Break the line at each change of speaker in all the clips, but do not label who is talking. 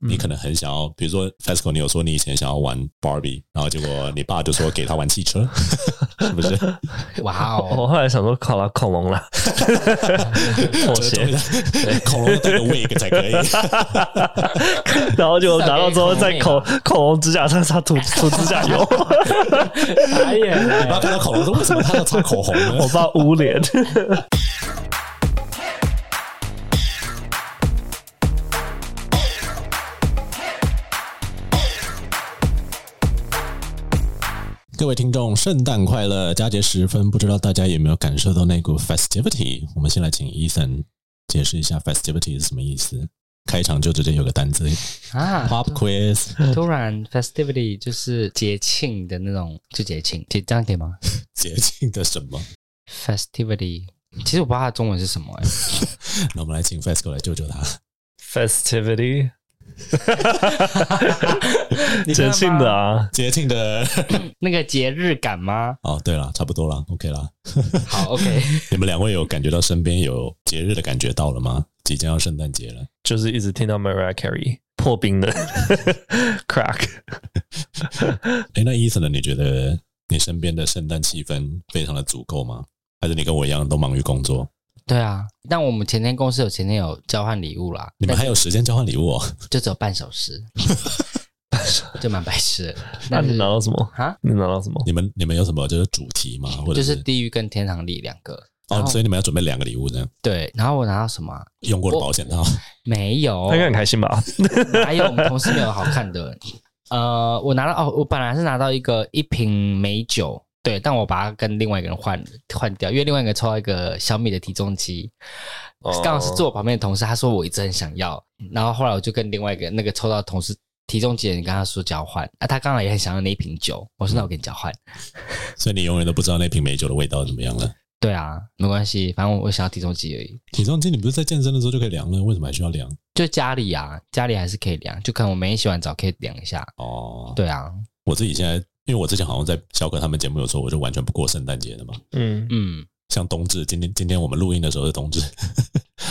你可能很想要，比如说 FESCO，你有说你以前想要玩 Barbie，然后结果你爸就说给他玩汽车，是 不是？
哇哦，
我后来想说，考了恐龙了， 妥协，
恐龙的 wig 才可 以。
然后就拿到之后，在恐恐龙指甲上擦涂涂指甲油，
傻眼
你爸
了！
看到恐龙说为什么他要擦口红呢？
我 爸捂脸。
各位听众，圣诞快乐！佳节时分，不知道大家有没有感受到那股 festivity？我们先来请 Ethan 解释一下 festivity 是什么意思。开场就直接有个单词
啊，
pop quiz，
突然 festivity 就是节庆的那种，就节庆，这这样可以吗
节庆的什么？
？festivity，其实我不知道它的中文是什么、欸，
那我们来请 FESCO 来救救他。
Festivity，
你看
节
吗
庆的啊，
节庆的
那个节日感吗？
哦，对了，差不多了，OK 啦。
好，OK，
你们两位有感觉到身边有节日的感觉到了吗？即将要圣诞节了，
就是一直听到 Mariah Carey 破冰的 crack。
诶，那 Ethan 呢？你觉得你身边的圣诞气氛非常的足够吗？还是你跟我一样都忙于工作？
对啊，但我们前天公司有前天有交换礼物啦，
你们
但
还有时间交换礼物、哦？
就只有半小时，就蛮白痴的。
那
但
你
是
拿到什么？
啊，
你拿到什么？
你们你们有什么就是主题吗？或者、
就是是地狱跟天堂里两个。然
哦，
后
所以你们要准备两个礼物呢？
对，然后我拿到什么啊？
用过的保险套，
没有
他，应该很开心吧？
还有我们同事没有好看的。呃，我拿到哦，我本来是拿到一个一瓶美酒，对，但我把它跟另外一个人换换掉，因为另外一个抽到一个小米的体重机
哦，
刚好是坐我旁边的同事，他说我一直很想要，然后后来我就跟另外一个那个抽到的同事体重机的人跟他说交换，啊，他刚好也很想要那一瓶酒，我说那我跟你交换，
所以你永远都不知道那瓶美酒的味道怎么样了。
对啊，没关系，反正我我想要体重机而已，
体重机你不是在健身的时候就可以量了，为什么还需要量？
就家里啊，家里还是可以量，就可能我每天洗完澡可以量一下，
哦，
对啊，
我自己现在，因为我之前好像在小可他们节目有说，我就完全不过圣诞节的嘛。
嗯，
嗯，
像冬至，今天今天我们录音的时候是冬至，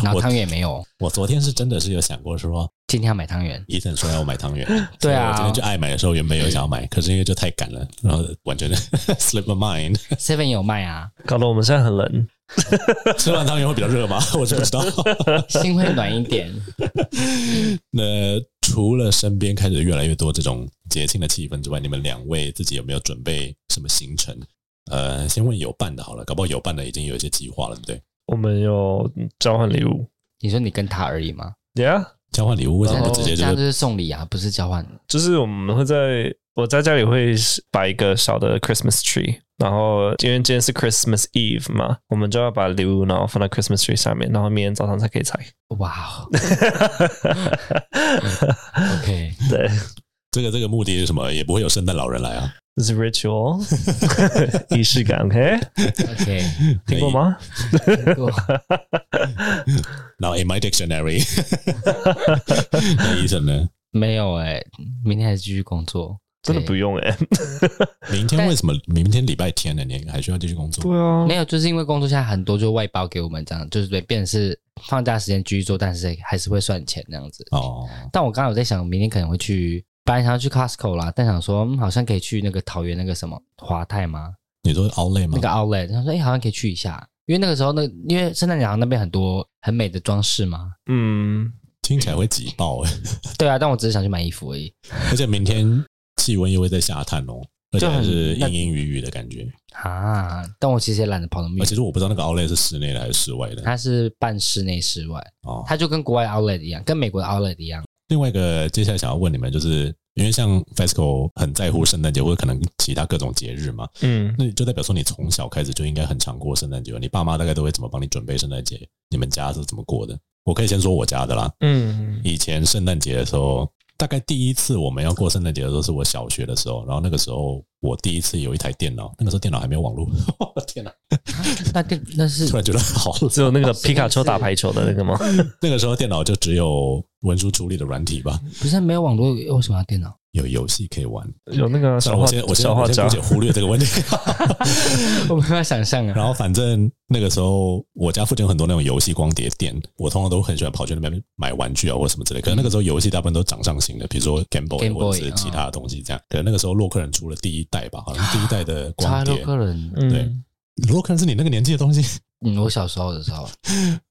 然后
我
汤圆也没有，
我昨天是真的是有想过说，
今天要买汤圆。
伊森说要买 汤圆，
对啊
所以我今天去爱买的时候原本有想要买，可是因为就太赶了，然后完全 slip my mind。
Seven 有卖啊，
搞得我们现在很冷。
吃完汤圆会比较热吗？ 我是不知道。
心会暖一点。
那除了身边开始越来越多这种节庆的气氛之外，你们两位自己有没有准备什么行程？呃，先问有伴的好了，搞不好有伴的已经有一些计划了，对不对？
我们有交换礼物
你说你跟他而已吗？
，Yeah，
交换礼物为什么不直接
这
就
样
哦
是
就是送礼啊，不是交换。
就是我们会在我在家里会摆一个小的 Christmas tree，然后因为今天是 Christmas Eve 嘛，我们就要把礼物然后放到 Christmas tree 下面，然后明天早上才可以 拆。
哇哦 ，OK，
对，
这个这个目的是什么？也不会有圣诞老人来啊。
这是 ritual 仪式感，OK，
OK，
听过吗？
过
然后 in my dictionary，那医生呢？
没有哎、明天还是继续工作。
真的不用哎、
明天为什么？明天礼拜天呢？你还需要继续工作？
对啊
没，有，就是因为工作现在很多就外包给我们这样，就是对，变成是放假时间继续做，但是还是会算钱那样子。
哦，
但我刚刚有在想，明天可能会去，本来想要去 Costco 啦，但想说、嗯、好像可以去那个桃园那个什么华泰吗？
你说熬累吗
那？个 outlet，他说哎、诶好像可以去一下，因为那个时候那因为圣诞节好像那边很多很美的装饰嘛。
嗯，
听起来会挤爆 哎、
对啊，但我只是想去买衣服而已，
而且明天气温又会在下探哦，而且
就很
还是阴阴雨雨的感觉。
啊，但我其实也懒得跑那么
而
远
其。实我不知道那个 outlet 是室内的还是室外的
它是半室内室外，
哦。
啊它就跟国外 outlet 一样，跟美国的 outlet 一样。
另外一个，接下来想要问你们，就是因为像 FESCO 很在乎圣诞节或者可能其他各种节日嘛，
嗯，
那就代表说你从小开始就应该很常过圣诞节吧？你爸妈大概都会怎么帮你准备圣诞节？你们家是怎么过的？我可以先说我家的啦。
嗯，
以前圣诞节的时候，大概第一次我们要过圣诞节的时候是我小学的时候，然后那个时候我第一次有一台电脑，那个时候电脑还没有网络，我的天哪！
那电那 是
突然觉得好冷。
只有那个皮卡丘打排球的那个吗？
那个时候电脑就只有文书处理的软体吧，
不是没有网络？为什么要电脑？
有游戏可以玩。
有那个
算
小
了，
画
我先我先
小画
我先
家
姑，且忽略这个问题。
我没办法想象啊。
然后反正那个时候，我家附近有很多那种游戏光碟店，我通常都很喜欢跑去那边买玩具啊或者什么之类。可能那个时候游戏大部分都掌上型的，比如说 Game Boy
Game
或
Boy，嗯
者是其他的东西这样。可能那个时候洛克人出了第一代吧，好像第一代的光
查洛
碟。
克人，
嗯
对洛克人是你那个年纪的东西。
嗯，我小时候的时候，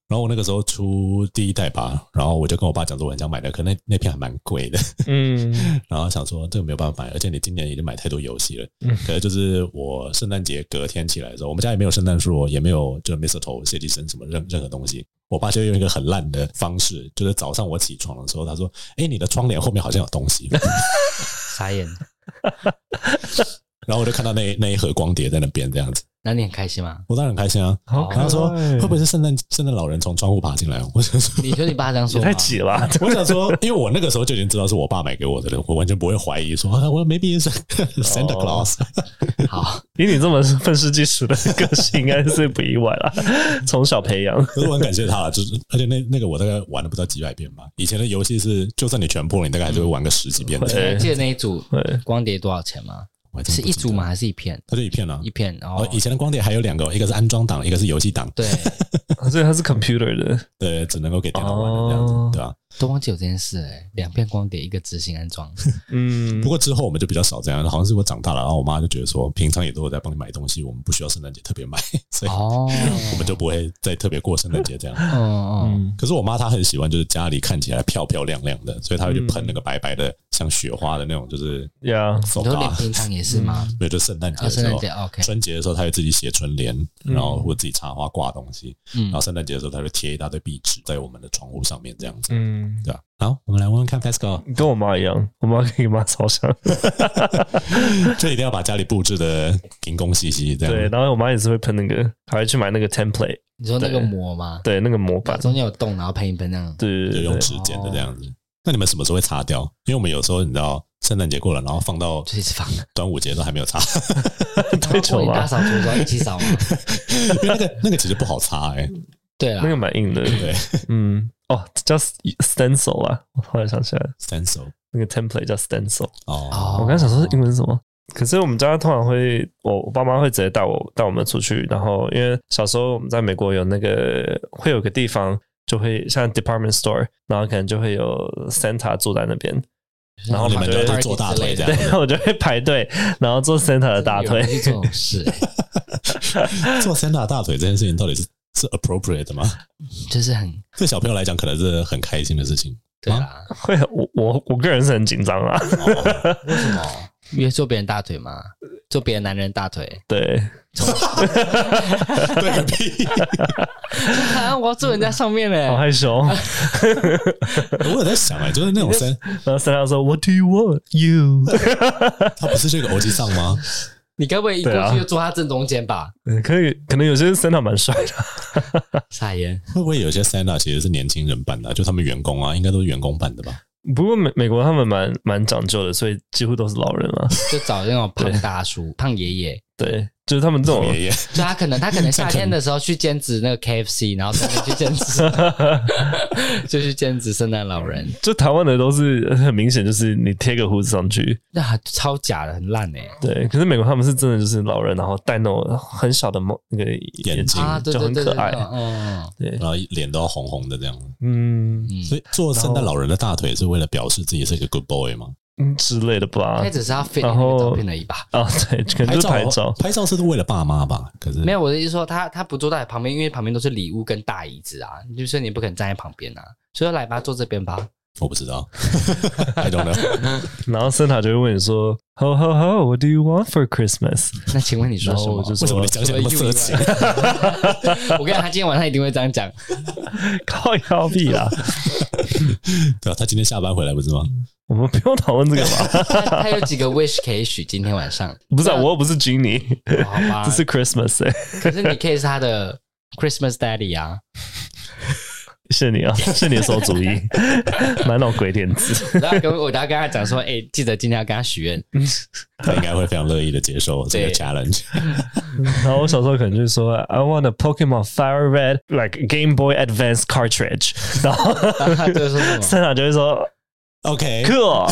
然后我那个时候出第一代吧，然后我就跟我爸讲说我很想买的，可那那片还蛮贵的，
嗯
然后想说这个没有办法买，而且你今年已经买太多游戏了。
嗯
可能就是我圣诞节隔天起来的时候，我们家也没有圣诞树，哦也没有就是 mistletoe 谢祭神什么任任何东西。我爸就用一个很烂的方式，就是早上我起床的时候，他说：“哎，你的窗帘后面好像有东西。
傻眼。”
然后我就看到那那一盒光碟在那边这样子，
那你很开心吗？
我当然很开心啊。
好哎可
然后说：“
爱
会不会是圣诞圣诞老人从窗户爬进来？”哦我想说，
你觉得你爸这样
也
说吗
太？挤了吧？
我想说，因为我那个时候就已经知道是我爸买给我的了，我完全不会怀疑说啊，我 maybe is Santa Claus。
好，
以你这么愤世嫉俗的个性，应该是不意外啦。从小培 养，
可是我很感谢他了，就是而且那那个我大概玩了不知道几百遍吧。以前的游戏是，就算你全破了，你大概还
嗯
是会玩个十几遍的。
你
对
还记得那一组
对
光碟多少钱吗？
我还真
是
不
一
知道
组吗？？还是一片？
它就一片啊。
一片，然后
哦，以前的光碟还有两个，一个是安装档，一个是游戏档，
对，
所以它是 computer 的，
对，只能够给电脑玩的这样子，
哦
对吧、
都忘记有这件事哎，两片光碟，一个执行安 装，
嗯
不，过之后我们就比较少这样，好像是我长大了，然后我妈就觉得说，平常也都有在帮你买东西，我们不需要圣诞节特别买， 所以
哦，
我们就不会再特别过圣诞节 这样。
嗯嗯，
嗯，
可是我妈她很喜欢，就是家里看起来漂漂亮亮的，所以她会
嗯
去喷那个白白的、像雪花的那种，就是
呀，
手
你说连
啊，
平常也是吗？
嗯
对，就圣诞节
啊，
的
圣
时
诞
候
节。OK，
春节的时候，她会自己写春联，
嗯
然后或自己插花挂东西，
嗯
然后圣诞节的时候，她会贴一大堆壁纸在我们的窗户上面，这样子，
嗯，
对吧、啊好，我们来问问看 Pascal，
跟我妈一样，我妈跟你妈超像，
就一定要把家里布置的金工细细这
对，
样。
然后我妈也是会喷那个，还会去买那个 template，
你说那个
对
膜吗？
对，那个模板，
中间有洞，然后喷一喷那样。
对
就
对
用
对，
指尖的这样子。那你们什么时候会擦掉？因为我们有时候你知道，圣诞节过了，然后放到
就一直 放，哦
端午节都还没有擦，
太久
你
了
大
吧，
扫除的时候一起 扫吗？
因为那个那个其实不好擦哎、
对啦
那，个蛮硬的，
对
嗯，哦，叫 stencil 啊，我突然想起来了，
，stencil
那个 template 叫 stencil，
哦，
哦
我刚想说英文是什么，可是我们家通常会，我我爸妈会直接带我带我们出去，然后因为小时候我们在美国有那个会有个地方就会像 department store，然后可能就会有 Santa 坐在那边，然后
你
我
们
们
都
就
就
会
做大腿这样
对，我就会排队，然后做 Santa 的大 腿，
这种 事，哎
做 Santa 大腿这件事情到底是是 appropriate 的吗？
就是很
对小朋友来讲，可能是很开心的事情。
对啦。
会我我我个人是很紧张啊，
哦、
为什么？因为做别人大腿嘛，做别的男人大腿。
对，
对个屁！
啊，我要坐人家上面嘞
好害 羞。
我有在想哎、就是那种 San，
然后 Santa 说 What do you want you？
他不是这个欧吉桑吗？
你该不会一过
对啊
去就坐他正中间吧？
嗯可以，可能有些 Santa 蛮帅的，
傻眼，
会不会有些 Santa 其实是年轻人办的啊、就他们员工啊，应该都是员工办的吧？
不过美美国他们蛮蛮讲究的，所以几乎都是老人啊。
就找那种胖大叔、胖爷爷。
对，就是他们这种
老爷爷，
就他可能他可能夏天的时候去兼职那个 KFC，然后冬天去兼职，就去兼职圣诞老人，
就台湾的都是很明显，就是你贴个胡子上去，
那还超假的，很烂哎、
对。可是美国他们是真的就是老人，然后戴那种很小的帽那个
眼镜
啊，对
就
对
很
对
可
对，
爱。
嗯
对，
然后脸都要红红的这样。
嗯
所
嗯，
以做圣诞老人的大腿是为了表示自己是一个 good boy 吗？
嗯之类的吧
他。只是要 fit
然
那
后
个照片而已吧。
啊，对，可能就是拍
哦
照。
拍照是为了爸妈吧？可是
没有，我的意思说，他他不坐在旁边，因为旁边都是礼物跟大椅子啊，就是你不可能站在旁边啊，所以来吧，坐这边吧。
我不知道 ，I don't know。
然后 Santa 就会问你说，Ho ho ho，What do you want for Christmas？
那请问你说
然
什
后
么
我？就
为什么
说
你讲起来那么色
啊
情？
我跟你讲，他今天晚上一定会这样讲。
靠腰币啦，
对啊，他今天下班回来不是吗？
我们不用讨论这个吧？
他他有几个 wish 可以许今天晚上？
不是、啊，我又不是 Genie，
哦好吧
这，是 Christmas 哎、
可是你可以是他的 Christmas Daddy 啊，
谢谢你啊，谢谢你的馊主意， 满脑鬼点子。
然后跟我然后跟他讲 说，哎、记得今天要跟他许愿。
嗯
他应该会非常乐意的接受这个
对
challenge。
然后我小时候可能就说，I want a Pokemon Fire Red like Game Boy Advance cartridge，然后
然后他就说什么？
Santa 就会说
OK，
cool，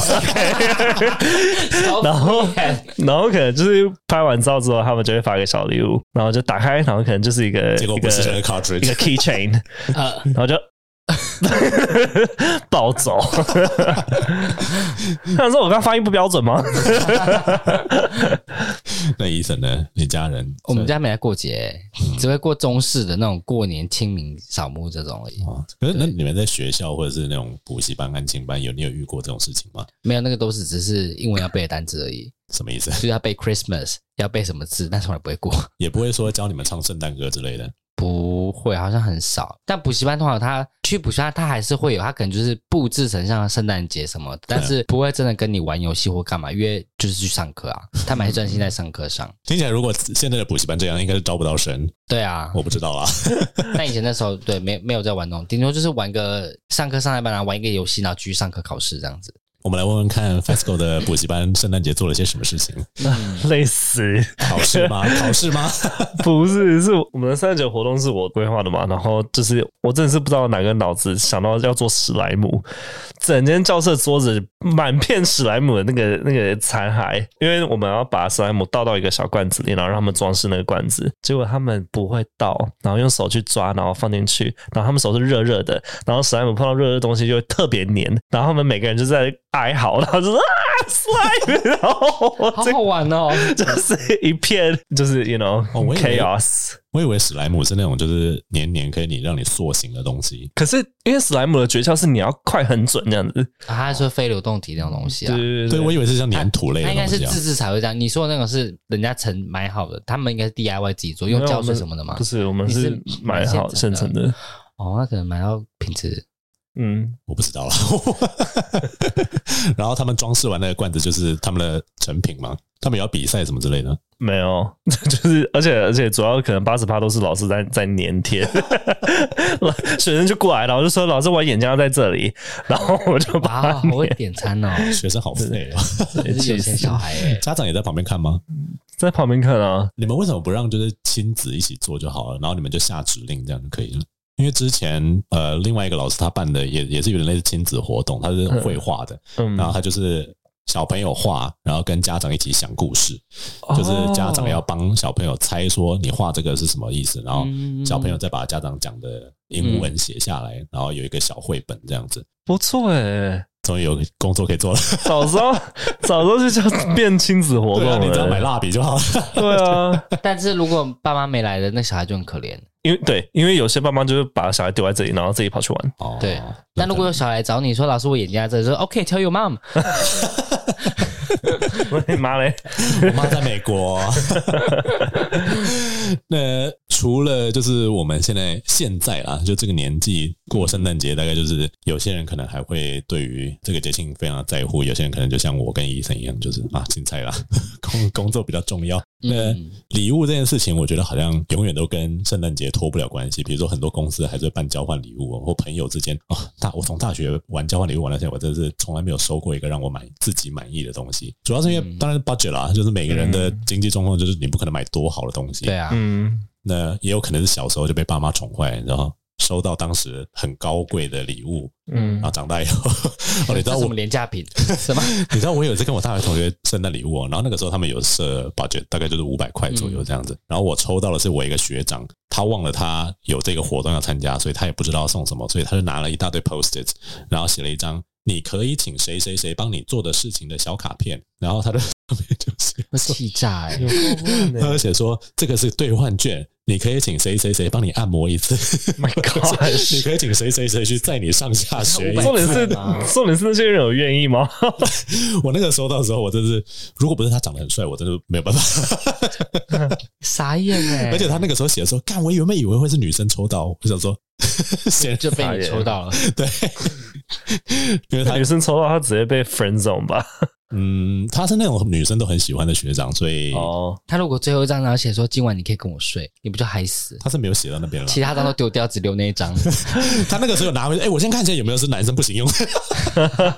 然 后
呃
然后可能就是拍完照之后，他们就会发个小礼物，然后就打开，然后可能就是一个
结果
一
不
个
是这个
一
cartridge
个 keychain，
呃，
然后就 暴走。 他说我刚发音不标准吗？
那医生呢？你家人？
我们家没来过节，只会过中式的那种过年、清明、扫墓这种而
嗯
已。
哦，可是那你们在学校或者是那种补习班、安亲班，有你有遇过这种事情吗？
没有那个都是只是英文要背的单词而已，
什么意思？
就是要背 Christmas，要背什么字，但从来不会过。
也不会说教你们唱圣诞歌之类的。
不会，好像很少。但补习班通常他去补习班，他还是会有，他可能就是布置成像圣诞节什么的，但是不会真的跟你玩游戏或干嘛，因为就是去上 课啊，他们还是专心在上课上。
听起来，如果现在的补习班这样，应该是招不到生。
对 啊，
我不知道啦。
但以前那时候对啊没没有在玩那种，顶多就是玩个上课上来班啊，玩一个游戏，然后继续上课考试这样子。
我们来问问看 E FESCO 的补习班圣诞节做了些什么事情？
类似
考试 吗？考试吗？
不是，是我们的三十九活动是我规划的嘛，然后就是我真的是不知道哪根脑子想到要做史莱姆，整间教室的桌子满片史莱姆的那个那个残骸，因为我们要把史莱姆倒到一个小罐子里，然后让他们装饰那个罐子，结果他们不会倒，然后用手去抓，然后放进去，然后他们手是热热的，然后史莱姆碰到热热的东西就会特别黏，然后他们每个人就在哀嚎，然后就说啊史莱姆， 然后我这个
玩哦！
就是一片，就是 you know、
哦我以为
chaos。
我以为史莱姆是那种就是黏黏可以你让你塑形的东西。
可是因为史莱姆的诀窍是你要快很准这样子，
他还说非流动体那种东西啊，
对
对，我以为是像粘土类
他
的
应该
东
是
西啊
自。制才会这样。你说的那个是人家成买好的，他们应该是 DIY 自己做，
没有
用胶
我
水
们
什么的嘛
不。是，我们是
你是
买好
买现
现
成
成
的
的。
哦，那可能买到品质
嗯，
我不知道了。 然后他们装饰完那个罐子，就是他们的成品吗？他们也要比赛什么之类的？
没有， 就是而且而且主要可能八十趴都是老师在在粘贴， 学生就过来，然后就说老师我眼睛要在这里， 然后我就
哇，
把它
好会
粘
点 餐哦，
学生好废啊！
真是有钱小孩哎。
家长也在旁边看吗？
在旁边看啊，
你们为什么不让就是亲子一起做就好了？然后你们就下指令这样就可以了。因为之前呃，另外一个老师他办的也也是有点类似亲子活动，他是绘画的，
嗯，
然后他就是小朋友画，然后跟家长一起讲故事，就是
哦
家长要帮小朋友猜说你画这个是什么意思，然后
嗯
小朋友再把家长讲的英文写下来，然后有一个小绘本这样子。
不错哎、
终于有工作可以做了，
早知道 早知道就叫变亲子活动
对啊，
了、
你只要买蜡笔就好了。
对啊，
但是如果爸妈没来的，那小孩就很可怜。
因为对，因为有些爸妈就是把小孩丢在这里，然后自己跑去玩。
哦
对，但如果有小孩找你说老师我眼睛在这里，说 OK tell your mom，
我的妈嘞！
我妈在美国。那除了就是我们现在现在啊，就这个年纪过圣诞节，大概就是有些人可能还会对于这个节庆非常的在乎，有些人可能就像我跟医生一样，就是啊，青菜啦， 工工作比较重要。那
嗯
礼物这件事情，我觉得好像永远都跟圣诞节脱不了关系。比如说，很多公司还是会办交换礼物哦，或朋友之间哦。大我从大学玩交换礼物玩到现在，我真的是从来没有收过一个让我满自己满意的东西。主要是因为
嗯
当然 budget 啦，就是每个人的经济状况，就是你不可能买多好的东西。
对，啊，
嗯，
那也有可能是小时候就被爸妈宠坏，然后收到当时很高贵的礼物，
嗯
然后长大以后， 哦，你知道
嗯这是什
我
么廉价 品？什么？
你知道我有一次跟我大学同学圣诞礼物、哦，然后那个时候他们有设 budget，大概就是五百块左
嗯
右这样子。然后我抽到的是我一个学长，他忘了他有这个活动要参加，所以他也不知道送什么，所以他就拿了一大堆 post-it，然后写了一张你可以请谁谁谁帮你做的事情的小卡片，然后他的上面就写
会气炸哎！
他就写说这个是兑换券。你可以请谁谁谁帮你按摩一次
My gosh
你可以请谁谁谁去载你上下学一次，
呃重点是重点是那些人有愿意吗？
我那个收到的时候，我真是，如果不是他长得很帅，我真的没有办法。
傻眼哎！
而且他那个时候写的时候，干，我原本以为会是女生抽到，我想说， 显然
就被你抽到了，
对，因为他
女生抽到她直接被 friend zone 吧？
嗯，他是那种女生都很喜欢的学长，所以
哦，
他如果最后一张然后写说今晚你可以跟我睡，你不就嗨死？
他是没有写到那边了。
其他张都丢掉，只留那一张。
他那个时候有拿回去，哎、我先看一下有没有是男生不行用。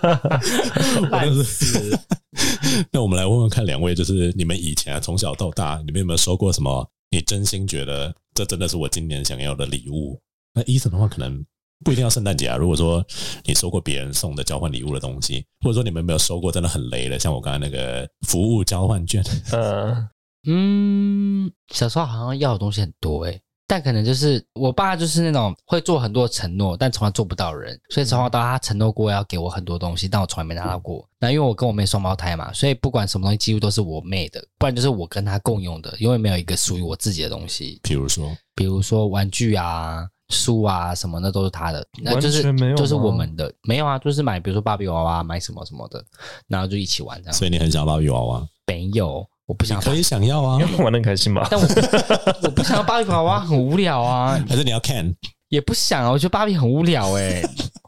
我真是。 那我们来问问看，两位就是你们以前啊，从小到大，你们有没有收过什么？你真心觉得这真的是我今年想要的礼物？那医生的话，可能不一定要圣诞节啊。如果说你收过别人送的交换礼物的东西，或者说你们有没有收过真的很雷的，像我刚才那个服务交换券，
嗯
嗯，小时候好像要的东西很多诶、但可能就是我爸就是那种会做很多承诺，但从来做不到的人，所以从小到大他承诺过要给我很多东西，但我从来没拿到过。那因为我跟我妹双胞胎嘛，所以不管什么东西几乎都是我妹的，不然就是我跟她共用的，因为没有一个属于我自己的东西，
比如说
比如说玩具啊。书啊什么的都是她的，那就是
完全没有吗
就是我们的没有啊，就是买比如说芭比娃娃，买什么什么的，然后就一起玩这样。
所以你很想要芭比娃娃，
没有，我不
你
想
可以想要啊，
玩的开心 吧？
但我不我不想要芭比娃娃，很无聊啊，
还是你要看
也不想啊，我觉得芭比很无聊 哎、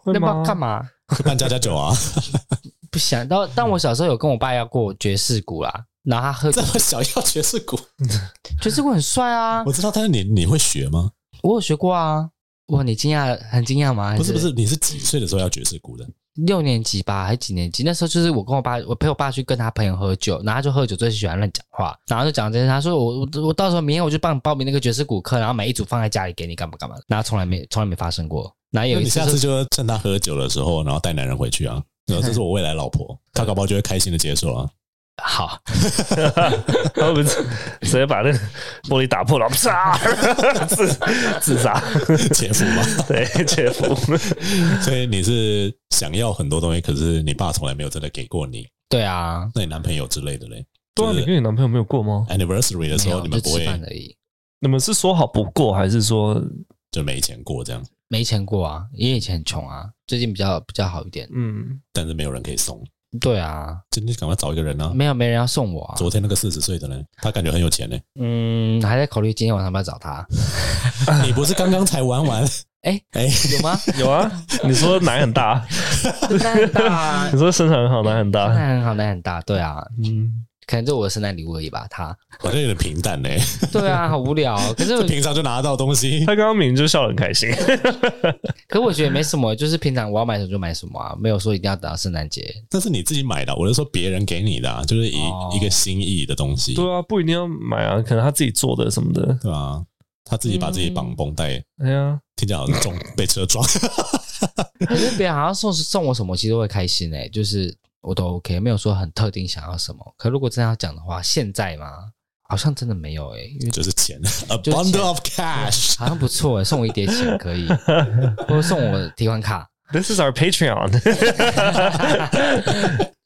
那不
会
知
吗
道干 嘛？
去办家家酒啊？
不想。但但我小时候有跟我爸要过爵士鼓啦，然后他喝
这么小要爵士鼓，
爵士鼓很帅啊
我，知道，但是你你会学吗？
我有学过啊。哇，你惊讶很惊讶吗？还哎
不是不是，你是几岁的时候要爵士鼓的？
六年级吧，还是几年级？那时候就是我跟我爸，我陪我爸去跟他朋友喝酒，然后他就喝酒最喜欢乱讲话，然后就讲这些。他说我我我到时候明天我就帮你报名那个爵士鼓课，然后买一组放在家里给你干嘛干嘛的。然后从来没从来没发生过。然
那
后有一
你
次
下
是
次就趁他喝酒的时候，然后带男人回去啊。然后这是我未来老婆，她搞不好就会开心的接受啊。
好，
他们直接把那个玻璃打破了，啪！自自杀，
姐夫嘛。
对，切腹。
所以你是想要很多东西，可是你爸从来没有真的给过你。
对啊，
那你男朋友之类的嘞
对啊，你跟你男朋友没有过吗？
，anniversary 的时
没
候
有
你们
就
不
吃
会
饭而已，
你们是说好不过，还是说
就没钱过这样，
没钱过啊，因为以前很穷啊，最近比较比较好一点。
嗯？
但是没有人可以送，
对啊，
今天赶快找一个人啊。
没有没人要送我啊，
昨天那个四十岁的呢，他感觉很有钱呢。
嗯，还在考虑今天晚上要不要找他，
你不是刚刚才玩完？
哎
哎，
有 吗？
有啊， 你说奶很大，
奶很大 啊
你说身材很好，奶很大，
那很好，那很大，对啊，
嗯，
可能这我的圣诞礼物而已吧，他，
好像有点平淡呢。
对啊，好 无聊哦，可是我
平常就拿得到东西
他，刚刚明明就笑得很开 心，
可我觉得没什么，就是平常我要买什么就买什么啊，没有说一定要等到圣诞 节，
那是你自己买的啊，我是说别人给你的啊，就是一
哦
一个心意的东西，
对啊，不一定要买啊，可能他自己做的什么的，
对啊，他自己把自己
嗯
绑绷带，
哎呀，
听起来好像撞被车 撞，
可是别人好像送送我什么，其实都会开心诶、就是我都 OK，没有说很特定想要什么。可如果真的要讲的话，现在嘛，好像真的没有欸诶、因为
就是钱，a
就是钱
bundle of cash。
好像不错诶、送我一叠钱可以，或者送我提款卡，
This is our Patreon，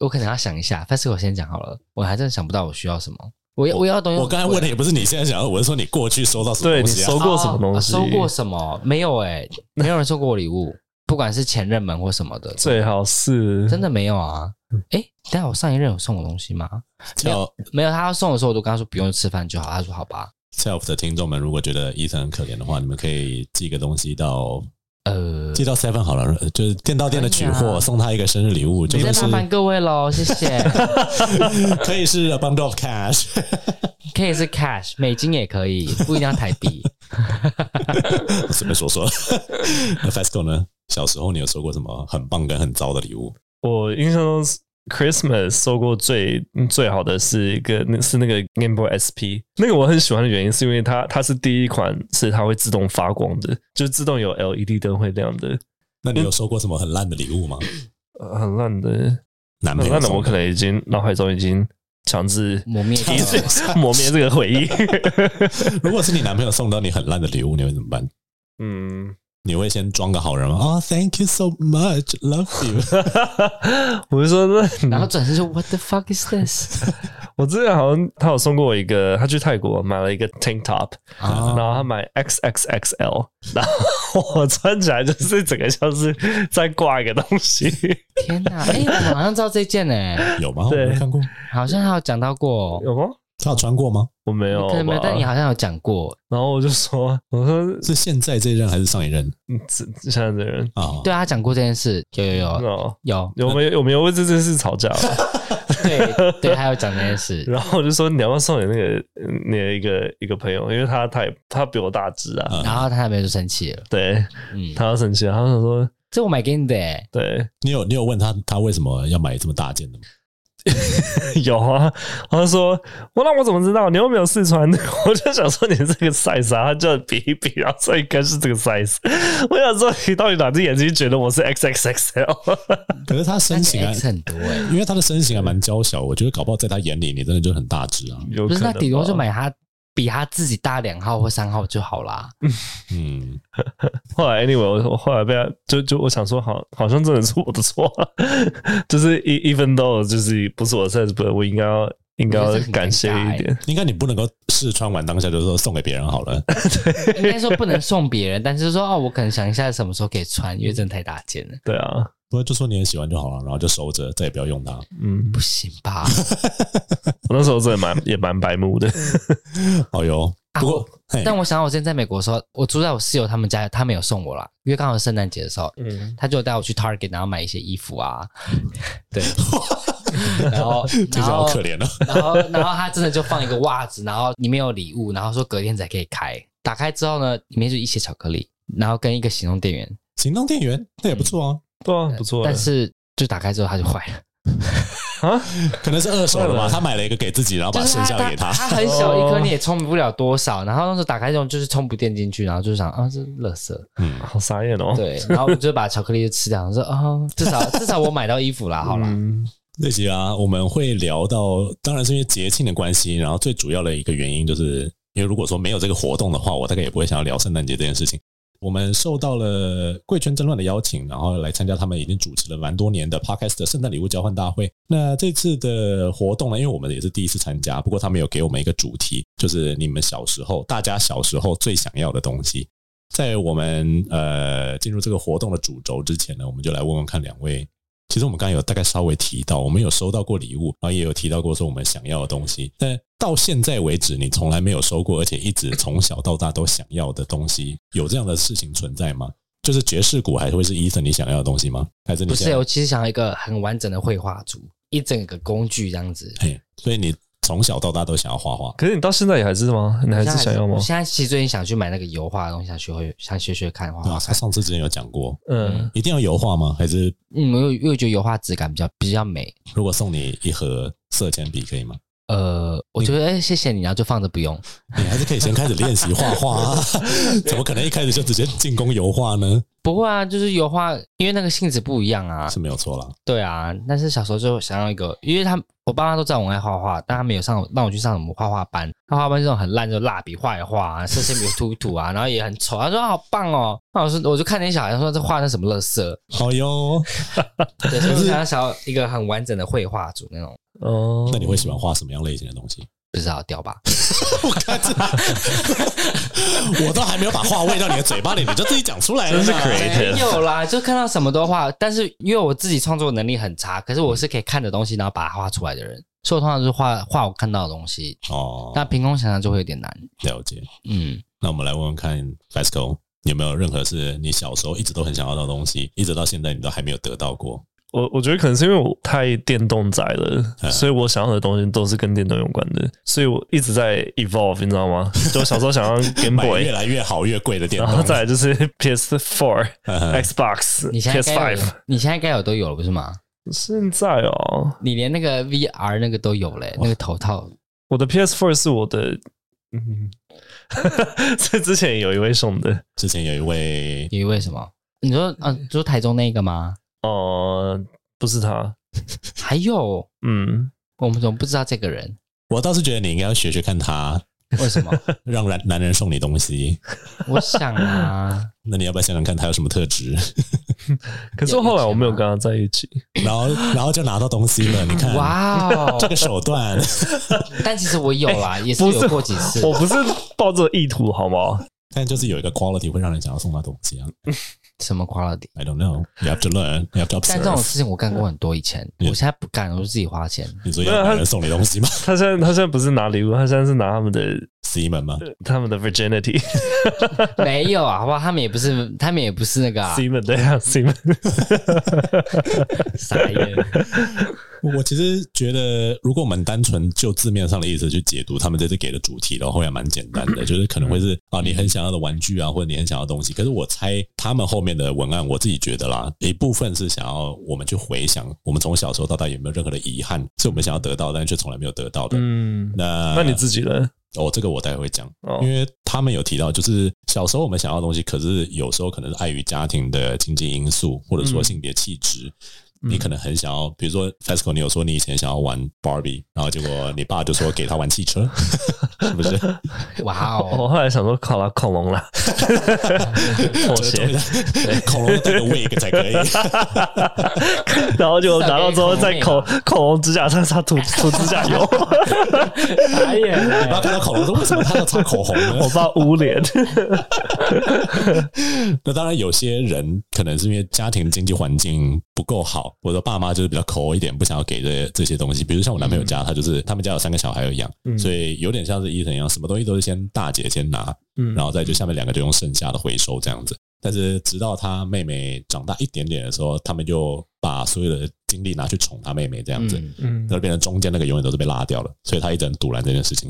我可能要想一下。但是我先讲好了，我还真的想不到我需要什么。我要我要东西，
我刚才问的也不是你现在想要，我是说你过去收到什么
对
东
你
西啊？
收过什么东西
嗯哦收过什么？没有诶、没有人送过我礼物，不管是前任们或什么的，
最好是
真的没有啊。诶，等一下我上一任有送我东西吗？
叫
没有，他要送的时候，我都跟他说不用吃饭就好。他说好吧。
self 的听众们，如果觉得伊森很可怜的话，你们可以寄个东西到
呃，
寄到 seven 好了，就是店到店的取
可以
货，
啊
送他一个生日礼物，就
再
是
麻烦各位喽，谢谢。
可以是 a bundle of cash，
可以是 cash，美金也可以，不一定要台币。
我随便说 说。那 Fasco 呢？小时候你有收过什么很棒跟很糟的礼物？
我印象中是 Christmas 收过最最好的是一个那是那个 Game Boy SP，那个我很喜欢的原因是因为它它是第一款是它会自动发光的，就是自动有 LED 灯会亮的，
那你有收过什么很烂的礼物 吗？
呃很烂的，
男朋
很
友
烂的，
送
我可能已经脑海中已经强制
磨灭 掉
一直
了
磨灭这个回忆。
如果是你男朋友送到你很烂的礼物，你会怎么办？
嗯，
你会先装个好人吗？啊、t h a n k you so much, love you。
我是说
然后
那
转身说 What the fuck is this？
我之前好像他有送过我一个，他去泰国买了一个 tank top，
啊
然后他买 XXXL，然后我穿起来就是整个像是在挂一个东西。
天哪！哎、我好像知道这件呢、
有吗？我
对
没看过，
好像还有讲到过，
有吗？
他有穿过吗？
我没有
哦可能没有，
吧
但你好像有讲过。
然后我就说，我说
是现在这一任还是上一任
嗯这这现在的人，
啊？
对，啊，他讲过这件事，有有有
哦，
有，
有没有有没有为这件事吵架？啊
对对，他有讲这件事。
然后我就说，你要不要送你那个你的一个一个朋友，因为他他也他比我大只啊，
嗯
然后他那边就生气了，
对
嗯，
他要生气了，他想说，
这我买给你的、欸，
对
你有你有问他他为什么要买这么大件的吗？
有啊，然后说我那我怎么知道？你又没有试穿， 我就想说你这个 size 啊，他就比一比，然后说应该是这个 size。我 想说你到底哪只眼睛觉得我是 XXXL？
可是他身形 啊
那，很多哎、
因为他的身形还蛮娇小，我觉得搞不好在他眼里，你真的就很大只啊。
有
不是，那
可能
顶多
吧
就买他比他自己大两号或三号就好啦。
嗯，
后来，anyway，我我后来被他就就我想说好，好像真的是我的错，啊 就是 e- even though 就是不是我的 size，不我应该要应该
我觉
要
得这很
感谢
尴尬欸
一点。
应该你不能够试穿完当下就说送给别人好 了。
应该说不能送别 人，但是说哦，我可能想一下什么时候可以穿，因为真的太大件了，
对啊，
不过就说你很喜欢就好了，然后就收着，再也不要用它。
嗯，
不行 吧？
我那时候真的蛮也蛮白目的。
好哟，哎不过、 嘿
但我想到我之前在美国的时候，我住在我室友他们家，他们有送我啦，因为刚好是圣诞节的时候，
嗯，
他就带我去 Target，然后买一些衣 服啊，对，然后
这
然
个好
后
可怜啊了、
然后然后他真的就放一个袜子，然后里面有礼物，然后说隔天才可以开，打开之后呢，里面就一些巧克力，然后跟一个行动电源，
行动电源那也不错啊，
对啊，不错欸。
但是就打开之后它就坏了。
啊，
可能是二手的吧。
对
他买了一个给自己，然后 把
就是
剩下的给
它
他。
它很小一
哦
颗，你也充不了多少。然后那时候打开这种就是充不电进去，然后就想啊，这是垃圾。
嗯，
好傻眼哦。
对，然后我就把巧克力就吃掉，我说啊， 至少至少我买到衣服啦，好啦。
嗯，
这集啊，我们会聊到，当然是因为节庆的关系，然后最主要的一个原因就是，因为如果说没有这个活动的话，我大概也不会想要聊圣诞节这件事情。我们受到了贵圈争乱的邀请，然后来参加他们已经主持了蛮多年的 Podcast 的圣诞礼物交换大会。那这次的活动呢，因为我们也是第一次参加，不过他们有给我们一个主题，就是你们小时候，大家小时候最想要的东西。在我们呃进入这个活动的主轴之前呢，我们就来问问看两位其实我们刚刚有大概稍微提到，我们有收到过礼物，然后也有提到过说我们想要的东西，但到现在为止，你从来没有收过，而且一直从小到大都想要的东西，有这样的事情存在吗？就是爵士鼓还会是伊森你想要的东西吗？还是你
不
现
是，
在
我其实想要一个很完整的绘画组，一整个工具这样子。
嘿，所以你从小到大都想要画画，
可是你到现在也还是吗？你还
我现
是
在
想要吗
我？现在其实最近想去买那个油画的东西，想学会，想学学看画
对啊，
画
他
看。
上次之前有讲过，
嗯，
一定要油画吗？还是
嗯，我有因为我觉得油画质感比较比较美。
如果送你一盒色铅笔可以吗？
呃，我
嗯
觉得哎，谢谢你，然后就放着不用。
你还是可以先开始练习画画、 啊，怎么可能一开始就直接进攻油画呢？
不会啊，就是油画，因为那个性质不一样啊。
是没有错啦。
对啊，但是小时候就想要一个，因为他我爸妈都知道我爱画画，但他没有上让我去上什么画画班。他画班这种很烂，就蜡笔画一画啊，色铅笔涂一涂啊，然后也很丑。他说啊好棒哦，那我说我就看那些小孩说这画的什么垃圾，
好哟，
对，所以我想要想要一个很完整的绘画组那种，
哦，
那你会喜欢画什么样类型的东西？
不知道掉吧？
我看这，我都还没有把话喂到你的嘴巴里，你就自己讲出来了呢。
真是 creative
没哎有啦，就看到什么都画，但是因为我自己创作能力很差，可是我是可以看着东西然后把它画出来的人，所以我通常就是画画我看到的东西，
哦，
那凭空想象就会有点难，
了解。
嗯。
那我们来问问看 f a s c o 有没有任何是你小时候一直都很想要的东西，一直到现在你都还没有得到过？
我我觉得可能是因为我太电动宅了，
嗯
所以我想要的东西都是跟电动有关的，所以我一直在 evolve，你知 道吗？就我小时候想要 Game
买越
Boy，
来越好、越贵的电
然 后
动，
再来就是 PS Four、
嗯
Xbox、
你现在
PS
该有
Five。
的，你现在该有都有了，不是吗？
现在哦，
你连那个 VR 那个都有嘞、那个头套。
我的 PS Four 是我的，嗯， 这之前有一位送的，
之前有一位
因为什么？你说，嗯、你说台中那个 吗？
哦、不是他，
还有，
嗯，
我们怎么不知道这个人？
我倒是觉得你应该要学学看他，
为什么？
让男男人送你东西。
我想 啊，
那你要不要想想看他有什么特质？
可是后来我没有跟他在一起，
然后，然后就拿到东西了。你看，
哇哦！
这个手段，
但其实我有 啦，也是
不是
有过几次。
我不是抱着意图好吗？
但就是有一个 quality 会让人想要送他东西啊。
什么 quality？
I don't know. You have to learn. You have to
但这种
observe.
事情我干过很多，以前我现在不干，我就自己花钱。
你说要有人送你东西吗
他现在他现在不是拿礼物，他现在是拿他们的
？Simon 吗？
他们的 virginity
没有啊，好不好？他们也不是，他们也不是那个、啊、
Simon 对啊 Simon，
傻眼。
我我其实觉得，如果我们单纯就字面上的意思去解读他们这次给的主题的话，也蛮简单 的，就是可能会是啊，你很想要的玩具啊，或者你很想要的东西。可是我猜他们后面的文案，我自己觉得啦，一部分是想要我们去回想我们从小时候到大有没有任何的遗憾，是我们想要得到但却从来没有得到的。
嗯，
那
那你自己呢？
哦，这个我待会会讲，
哦
因为他们有提到，就是小时候我们想要的东西，可是有时候可能是碍于家庭的经济因素，或者说
嗯
性别气质，
嗯
你可能很想要，比如说 FESCO，你有说你以前想要玩 Barbie，然后结果你爸就说给他玩汽车，是 不是？
哇哦，
我后来想说，考了恐龙啦，妥协，
恐龙带个 wig 才 可以。
然后就拿到之后，在恐
至
恐龙指甲上擦涂涂指甲 油，
傻眼
你爸
了，嗯
看到恐龙说：“为什么他要擦口红呢
我爸捂脸。
那当然，有些人可能是因为家庭经济环境不够好，我的爸妈就是比较抠一点，不想要给这这些东西。比如像我男朋友家，他就是他们家有三个小孩要养，
嗯
所以有点像是伊藤一样，什么东西都是先大姐先拿，
嗯
然后再就下面两个就用剩下的回收这样子。但是直到他妹妹长大一点点的时候，他们就把所有的精力拿去宠他妹妹这样子。
嗯
嗯
那变成中间那个永远都是被拉掉了，所以他一直很堵拦这件事情。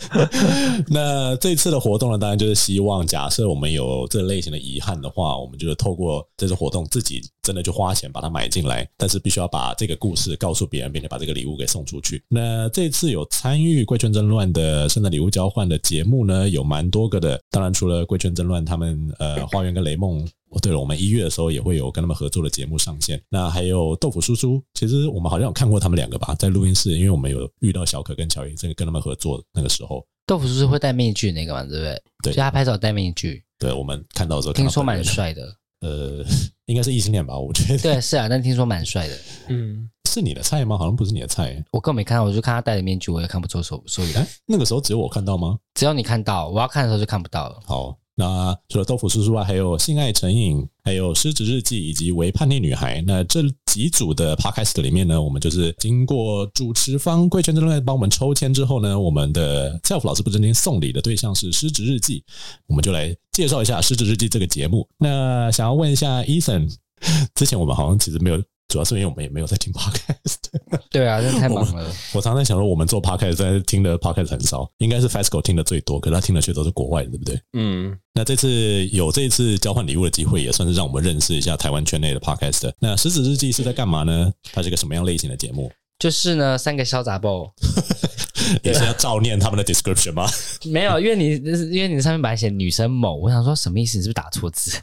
那这次的活动呢，当然就是希望，假设我们有这类型的遗憾的话，我们就是透过这次活动自己真的去花钱把它买进来，但是必须要把这个故事告诉别人，并且把这个礼物给送出去。那这次有参与贵圈争乱的圣诞礼物交换的节目呢，有蛮多个的。当然，除了贵圈争乱，他们呃花园跟雷梦哦，对了，我们一月的时候也会有跟他们合作的节目上线。那还有豆腐叔叔，其实我们好像有看过他们两个吧，在录音室，因为我们有遇到小可跟乔伊，这个跟他们合作那个时候，
豆腐叔叔会戴面具那个嘛，对不对？
对
所以他拍照戴面具，
对我们看到的时候看
听
到
说
本
蛮
人，啊
帅的。
呃， 应该是异性恋吧？我觉得
对，是啊，但听说蛮帅的。
嗯，
是你的菜吗？好像不是你的菜。
我根本没看到，我就看他戴着面具，我也看不出所所以然
哎。，那个时候只有我看到吗？
只要你看到，我要看的时候就看不到了。
好，那除了豆腐叔叔外，还有性爱成瘾，还有失职日记以及为叛逆女孩。那这几组的 podcast 里面呢，我们就是经过主持方贵圈争乱帮我们抽签之后呢，我们的 self 老师不正经送礼的对象是失职日记，我们就来介绍一下失职日记这个节目。那想要问一下 Ethan，之前我们好像其实没有。主要是因为我们也没有在听 podcast，
对啊，真的太忙了。
我常常想说，我们做 podcast 在听的 podcast 很少，应该是 Fasco 听的最多，可是他听的却都是国外的，对不对？
嗯，
那这次有这次交换礼物的机会，也算是让我们认识一下台湾圈内的 podcast。那《狮子日记》是在干嘛呢？它是个什么样类型的节目？
就是呢，三个小杂包
也是要照念他们的 description 吗？
没有，因为你因为你上面本来写女生某，我想说什么意思？你是不是打错 字？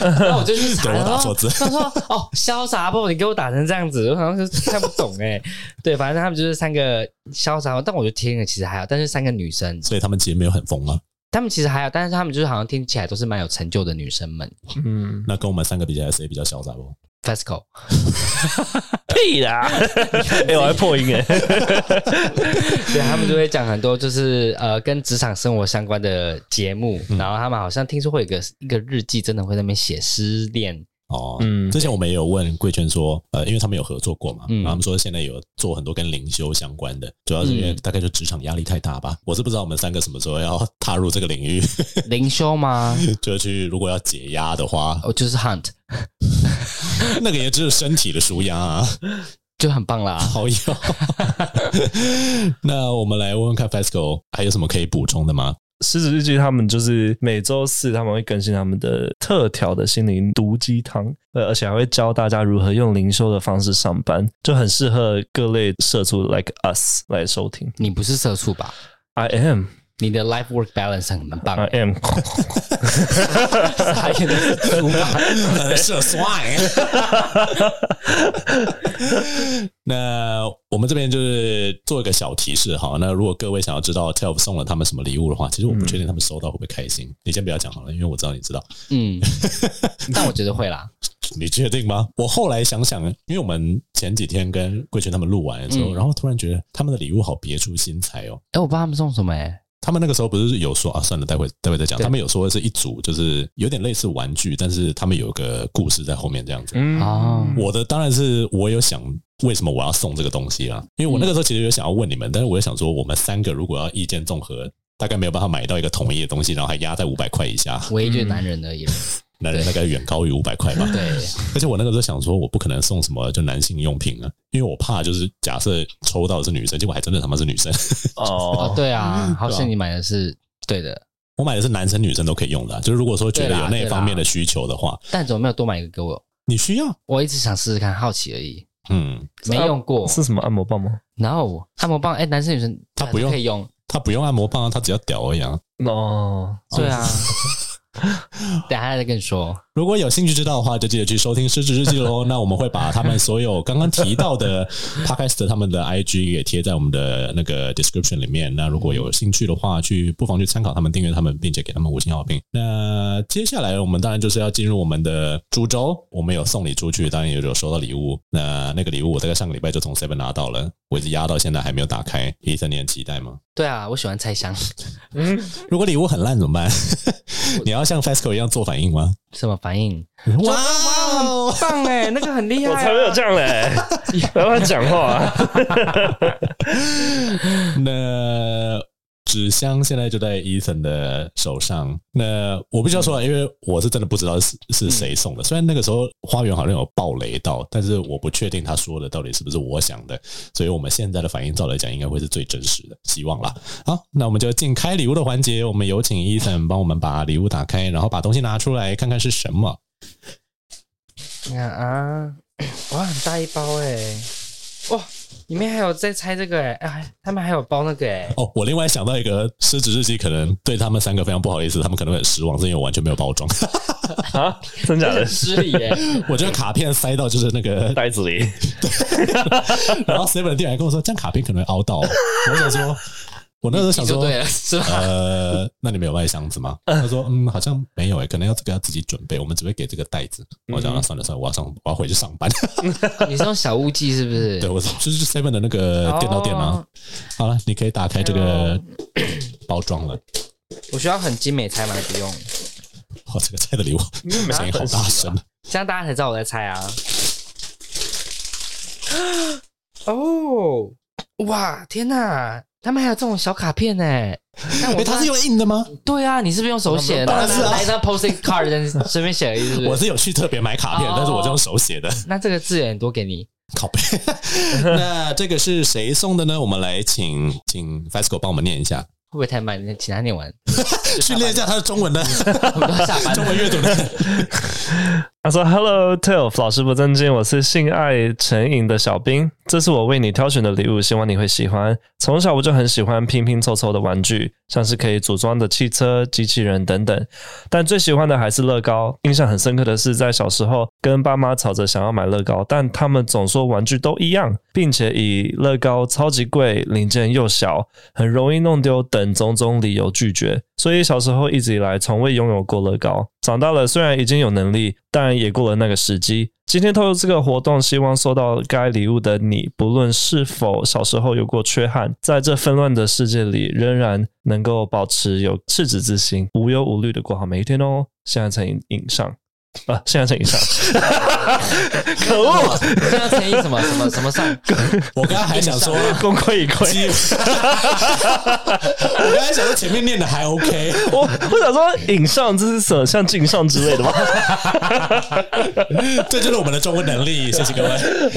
那我就去查，
对我打
然后
错字
他说哦，潇洒不？你给我打成这样子，我好像是看不懂哎、对，反正他们就是三个潇洒，但我就听了其实还好，但是三个女生，
所以他们其实没有很疯啊。
她们其实还好，但是她们就是好像听起来都是蛮有成就的女生们。
嗯，
那跟我们三个比起来，谁比较潇洒不？
FESCO，
屁啦！哎，我还破音哎。
对他们就会讲很多就是呃跟职场生活相关的节目，
嗯
然后他们好像听说会有一个一个日记，真的会在那边写失恋，
哦，
嗯
之前我们也有问贵圈说，呃，因为他们有合作过嘛，
嗯
然后他们说现在有做很多跟灵修相关的，主要是因为
嗯
大概就职场压力太大吧。我是不知道我们三个什么时候要踏入这个领域，
灵修吗？
就去如果要解压的话，
哦，就是 Hunt
那个也只是身体的舒压啊。
就很棒啊啦。
好友。那我们来问问看 FESCO 还有什么可以补充的吗？
狮子日记他们就是每周四他们会更新他们的特调的心灵毒鸡汤，呃，而且还会教大家如何用灵修的方式上班，就很适合各类社畜 like us 来收听。
你不是社畜吧？
I am,
你的 life work balance 很棒、
啊哎
I am，
傻眼的啊是猪吧？
社帅。 那我们这边就是做一个小提示哈。那如果各位想要知道 TELF 送了他们什么礼物的话，其实我不确定他们收到会不会开心。你先不要讲好了，因为我知道你知道。
嗯，但我觉得会啦。
你确定吗？我后来想想，因为我们前几天跟贵圈他们录完之后，
嗯
然后突然觉得他们的礼物好别出心裁哦。
哎、我不知道他们送什么哎、
他们那个时候不是有说啊，算了，待会待会再讲。
对
他们有说是一组，就是有点类似玩具，但是他们有个故事在后面这样子。
嗯
哦
我的当然是我有想为什么我要送这个东西啦，因为我那个时候其实有想要问你们，但是我又想说，我们三个如果要意见综合，大概没有办法买到一个统一的东西，然后还压在五百块以下。
唯一就是男人而已。哦
男人大概远高于五百块吧。
对，
而且我那个时候想说，我不可能送什么就男性用品啊，因为我怕就是假设抽到的是女生，结果还真的他妈是女生。
哦
哦，，
对啊，好
对
像
啊
你买的是对的，
我买的是男生女生都可以用的啊、就是如果说觉得
对啦
有那方面的需求的话，
但怎么没有多买一个给我？
你需要，
我一直想试试看，好奇而已，
嗯，
没用过。
是什么按摩棒吗？
然后按摩棒，哎，男生女生
他啊不用
可以用，
他不用按摩棒啊，他只要屌而已啊。
哦，
对啊。 等下再跟你说，
如果有兴趣知道的话，就记得去收听《失职日记》 喽。那我们会把他们所有刚刚提到 的 podcast 他们的 IG 给贴在我们的那个 description 里面。那如果有兴趣的话，去不妨去参考他们、订阅他们，并且给他们五星好评。那接下来我们当然就是要进入我们的主轴，我们有送礼出去，当然也有收到礼物。那那个礼物我大概上个礼拜就从 Seven 拿到了，我一直压到现在还没有打开。伊森，你很期待吗？
对啊，我喜欢拆箱，
嗯，
如果礼物很烂怎么办？ 你要像 Fasco 一样做反应吗？
什么反应？
哇哦！
棒哎，那个很厉
哦我才没有这样嘞， 不要乱讲话啊。
那纸箱现在就在 Ethan 的手上。那我必须要说啊，因为我是真的不知道是是谁送的。虽然那个时候花园好像有爆雷到，但是我不确定他说的到底是不是我想的。所以我们现在的反应，照来讲应该会是最真实的，希望啦。好，那我们就进开礼物的环节，我们有请 Ethan 帮我们把礼物打开，然后把东西拿出来看看是什么。
你看啊，哇，很大一包哎、哇，里面还有在拆这个哎、哎，他们还有包那个哎、
哦，我另外想到一个失职日记，可能对他们三个非常不好意思，他们可能会很失望，是因为我完全没有包装。
啊，真假的
很？失礼哎、
我觉得卡片塞到就是那个
袋子里，
然后 seven 的店员跟我说，这样卡片可能会凹到哦。我想说，我那时候想
你就
说，
对了，是吧？
呃，那你们有卖箱子吗？他说，嗯，好像没有诶、可能要这个要自己准备，我们只会给这个袋子。我想，
嗯
啊算了算了，我要上，我要回去上班。
你是用小物记是不 是？
对，我就是 seven 的那个电到店啊
哦。
好了，你可以打开这个
哎
包装了。
我需要很精美拆吗？还不用，
哇，这个菜的礼物
因为没
声音好
啊
大声，
这样大家才知道我在拆啊。 哦，哇，天哪！他们还有这种小卡片呢、那
诶
我
它是
用
用印的吗？
对啊，你是不是用手写的？
当然是啊
来那 posting card 在随便写而已，是不是？
我是有去特别买卡片
哦，
但是我是用手写的。
那这个字眼多给你，
靠背。 那这个是谁送的呢？我们来请请 Fasco 帮我们念一下，
会不会太慢？你请他念完，
训练一下他的中文 呢。
我们都要下班
中
了。
文阅读的。
他说：“Hello, Telf，老师不正经，我是性爱成瘾的小兵，这是我为你挑选的礼物，希望你会喜欢。从小我就很喜欢拼拼凑凑的玩具，像是可以组装的汽车、机器人等等。但最喜欢的还是乐高。印象很深刻的是，在小时候跟爸妈吵着想要买乐高，但他们总说玩具都一样，并且以乐高超级贵、零件又小、很容易弄丢等种种理由拒绝，所以小时候一直以来从未拥有过乐高。长大了虽然已经有能力，但也过了那个时机。今天透过这个活动，希望收到该礼物的你，不论是否小时候有过缺憾，在这纷乱的世界里，仍然能够保持有赤子之心，无忧无虑的过好每一天哦。现在才影上， 啊，现在才影上， 可恶，
这要乘以什么什么什么上？
我刚刚还想说，
功亏一篑。
基 我刚才想说前面念的还 OK，
我我想说，影上这是什么像镜上之类的吗？
这就是我们的中文能 力，谢谢各位。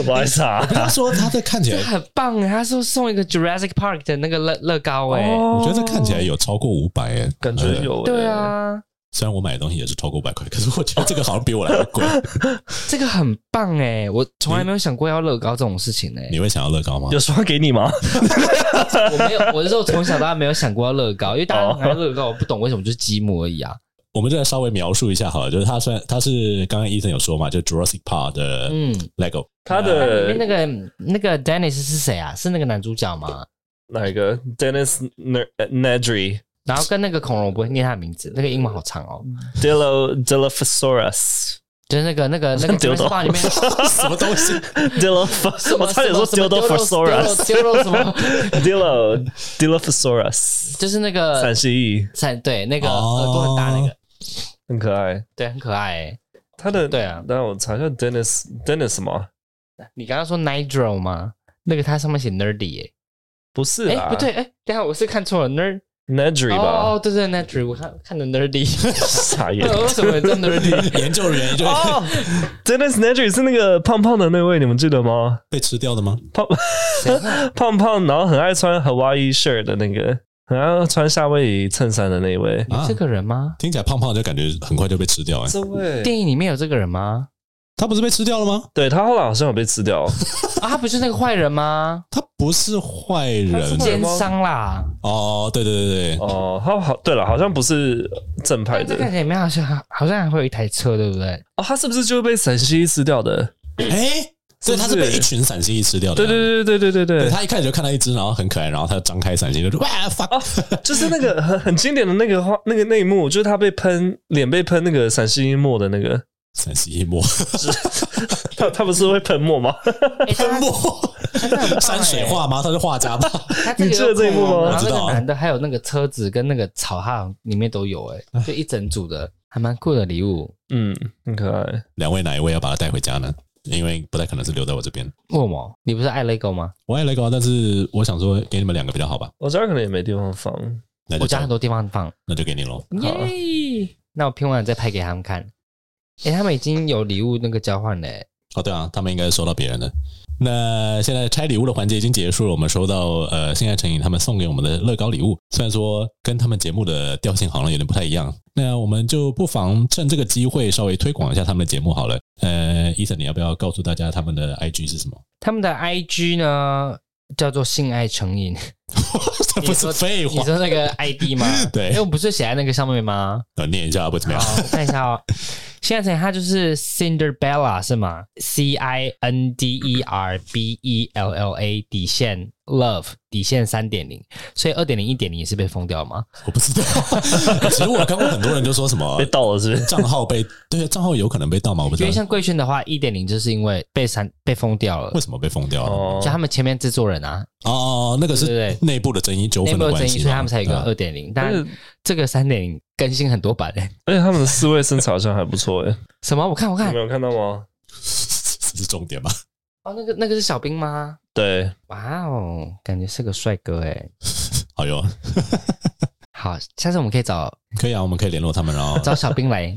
不好意思啊，
他说他这看起 来，
很棒哎，他说送一个 Jurassic Park 的那个乐乐高哎，
我
我
觉得这看起来有超过五百诶，
感觉
呃。
有、欸，
对，啊，
虽然我买的东西也是超过五百块，可是我觉得这个好像比我来的贵。
这个很棒哎，我从来没有想过要乐高这种事情哎，
你会想要乐高吗
有？刷给你吗？
我没有，我是说从小到大没有想过要乐高，因为大
哦
家很爱乐高，我不懂为什么就是积木而已啊。
我们就来稍微描述一下好了，就是它虽然它是刚刚医生有说嘛，就 Jurassic Park 的
嗯，
LEGO，
他
啊里面那
的
个那个 Dennis 是谁啊？是那个男主角吗？
哪一个 Dennis Ner- Nedry
然后跟那个恐龙，我不会念他的名字，那个英文好长哦，
Dillo Dilophosaurus
就是那个那个那个
丢
Jurassic
到
Park 里面
什么东西？
Diloph，
什么
我差点说
什么什么
Dilophosaurus
丢肉什么，
Dillo Dilophosaurus
就是那个
陕西裔，
闪对那个
哦
耳朵很大那个，
很可爱。
对，很可爱欸。
他的
对啊
那我查一下 Dennis Dennis 什么？啊
你刚刚说 Nigel 吗？那个它上面写 nerdy
不是
哎，哎
啊，
不对，哎，等一下我是看错了，nerd
Nedry 吧，
哦，对对，Nerdy，我看看的 Nerdy，
傻眼。
为什么叫 Nerdy？
研究的原因就会
哦，Dennis Nedry 是那个胖胖的那位，你们记得吗？
被吃掉的吗？
胖胖胖，然后很爱穿 Hawaii shirt 的那个，很爱穿夏威夷衬衫的那一位。
有这个人吗？
啊听起来胖胖的就感觉很快就被吃掉哎、
这位，
电影里面有这个人吗？
他不是被吃掉了吗？
对他后来好像有被吃掉。
啊，他不是那个坏人吗？
他不是坏人
他是
奸商啦，
哦，对对对对，
哦，他好，对了，好像不是正派
这个
的。
里面好像好像还会有一台车，对不对？
哦，他是不是就被陕西吃掉的？
哎、所以他是被一群陕蜥蜴吃掉的。
对对对对对对
对
对
他一开始就看到一只，然后很可爱，然后他就张开伞形，就说哇 fuck，、
对，就是那个很很经典的那个画，那个那一幕，就是他被喷脸被喷那个陕西墨的那个，
陕西一摸
他他不是会喷墨吗？
喷墨
哎他真的很 棒
山水
欸
画吗？他是画家吗？
他这个
你记得这一幕吗
然后
我知
那
道
个
啊
男的还有那个车子跟那个草哈里面都有、欸，哎，就一整组的，还蛮酷的礼物。
嗯，很可爱。
两位哪一位要把他带回家呢？因为不太可能是留在我这边。
为什么？你不是爱 LEGO 吗？
我爱雷啊狗，但是我想说给你们两个比较好吧，
我这儿可能也没地方放。
那就
我家很多地方放，
那就给你喽。
好啊
耶！那我拼完了再拍给他们看。哎、他们已经有礼物那个交换嘞、欸
哦，对啊，他们应该是收到别人的。那现在拆礼物的环节已经结束了，我们收到呃，现在陈颖他们送给我们的乐高礼物，虽然说跟他们节目的调性好像有点不太一样，那我们就不妨趁这个机会稍微推广一下他们的节目好了。呃，伊森，你要不要告诉大家他们的 IG 是什么？
他们的 IG 呢叫做性爱成瘾，
这不是废
你
话，
说那个 ID 吗？
对
哎、我不是写在那个上面吗？
呃念一下不怎么样？
好，我看一 下哦。现在成它就是 Cinderella 是吗？C I N D E R B E L L A 底线 Love 底线三点零，所以二点零一点零也是被封掉吗？
我不知道。其实我看过很多人就说什么
被盗了是不 是？
账号被对账号有可能被盗吗？我不知
因为
道
像贵圈的话，一点零就是因为被删被封掉了
为，什么被封掉了。哦
哦
就，他们前面制作人啊，
哦，那个
对
是
对
内部的争议纠
内
纷
部
的
有
关
争
系嘛，
议，所以他们才有一个
嗯
二点零，
而
但
且
这个三点零更新很多版 嘞、
而哦哎且他们的四位身材好像还不错哎，
什么？我看我
你
看
们，有看到吗？
这 是重点吧？
哦，那个那个是小兵吗？
对，
哇哦，感觉是个帅哥哎、
好哟，
好，下次我们可以找
可以啊，我们可以联络他们，然 后
找小兵来。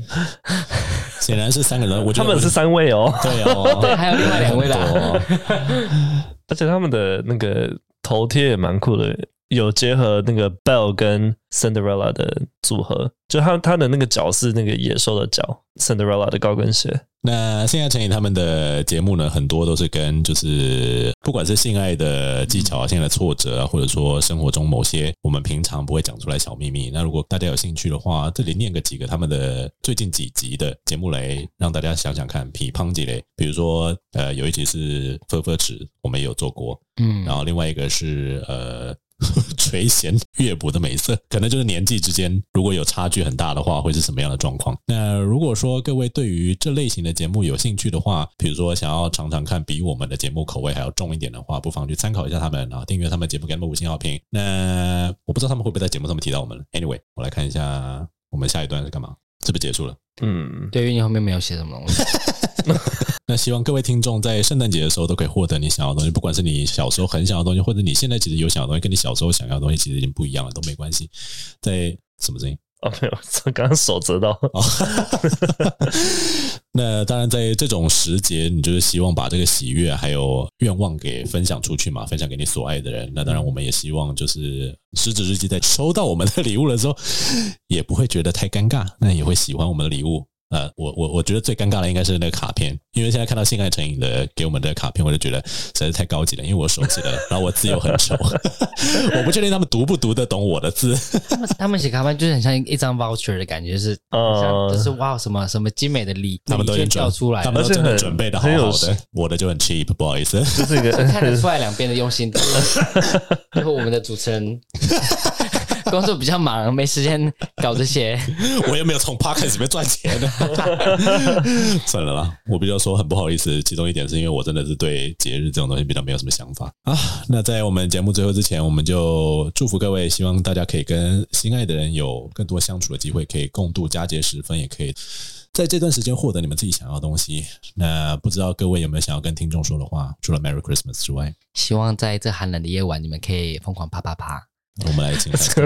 显然是三个人，我觉
他
得我
们是三位哦，
对哦，
对，还有另外两位啦。
很多哦
而且他们的那个头贴也蛮酷的，有结合那个 Belle 跟 Cinderella 的组合，就他他的那个脚是那个野兽的脚，Cinderella 的高跟鞋。
那现在陈颖他们的节目呢，很多都是跟就是不管是性爱的技巧啊、性爱的挫折啊，或者说生活中某些我们平常不会讲出来小秘密。那如果大家有兴趣的话，这里念个几个他们的最近几集的节目来让大家想想看，比方几类，比如说呃有一集是分分池，我们也有做过，
嗯
然后另外一个是呃 垂涎乐谱的美色，可能就是年纪之间如果有差距很大的话，会是什么样的状况？那如果说各位对于这类型的节目有兴趣的话，比如说想要尝尝看比我们的节目口味还要重一点的话，不妨去参考一下他们，然后订阅他们的节目，给他们五星好评。那我不知道他们会不会在节目上面提到我们。Anyway，我来看一下我们下一段是干嘛。是不是结束了？
嗯，
对于你后面没有写什么东西，
那希望各位听众在圣诞节的时候都可以获得你想要的东西，不管是你小时候很想要的东西，或者你现在其实有想要的东西，跟你小时候想要的东西其实已经不一样了，都没关系。在什么声音？
哦没有，我刚刚手折到。
哦， 那当然，在这种时节，你就是希望把这个喜悦还有愿望给分享出去嘛，分享给你所爱的人。那当然，我们也希望就是失职日记在收到我们的礼物了之后，也不会觉得太尴尬，那也会喜欢我们的礼物。 呃，我我我觉得最尴尬的应该是那个卡片，因为现在看到性爱成瘾的给我们的卡片，我就觉得实在是太高级了，因为我手写的，然后我字又很丑， 我不确定他们读不读得懂我的字。
他们 他们写卡片就是很像一张 voucher 的感觉，是
呃
像就是哇什么什么精美的礼，
哦他们都
礼
有
券
准
掉出来
他，们
而
都
且
真的
很
准备的好
很有
好的，我的就很 cheap，不好意思。
就是一个
看 得出来两边的用心。就是我们的主持人 工作比较忙，没时间搞这些。
我又没有从 podcast 里面赚钱的，算了啦，我比较说很不好意思，其中一点是因为我真的是对节日这种东西比较没有什么想法啊。那在我们节目最后之前，我们就祝福各位，希望大家可以跟心爱的人有更多相处的机会，可以共度佳节时分，也可以。在这段时间获得你们自己想要的东西，那不知道各位有没有想要跟听众说的话？除了 Merry Christmas 之外，
希望在这寒冷的夜晚，你们可以疯狂啪啪啪。
我们来请来说，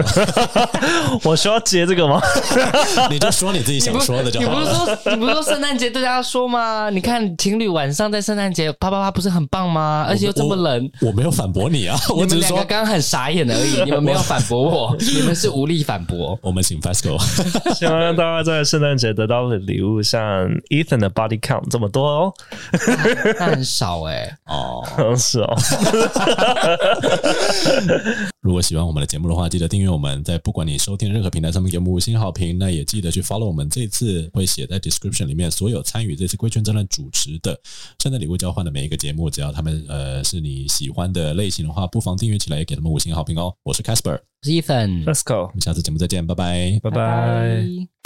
我需要接这个吗？
你就说你自己想说的就
你不
好
是
了。
说你不是说圣诞节对大家说吗？你看情侣晚上在圣诞节啪啪啪，不是很棒吗？而且又这么冷，
我没有反驳你啊， 我
你
只是
们两个
说
刚刚很傻眼而 已，你们没有反驳我，你们是无力反驳。
我们请 Fasco，
希望让大家在圣诞节得到的礼物像 Ethan 的 body count 这么多哦。
那很少哎、
哦。
是哦，
如果喜欢我们的节目的话，记得订阅我们，在不管你收听的任何平台上面给我们五星好评。那也记得去 follow 我们这次会写在 description 里面所有参与这次规圈争论主持的圣诞礼物交换的每一个节目，只要他们呃是你喜欢的类型的话，不妨订阅起来，也给他们五星好评哦。我是 Casper，
我是 Ethan，
Let's go，
我们下次节目再见，拜拜。
拜拜。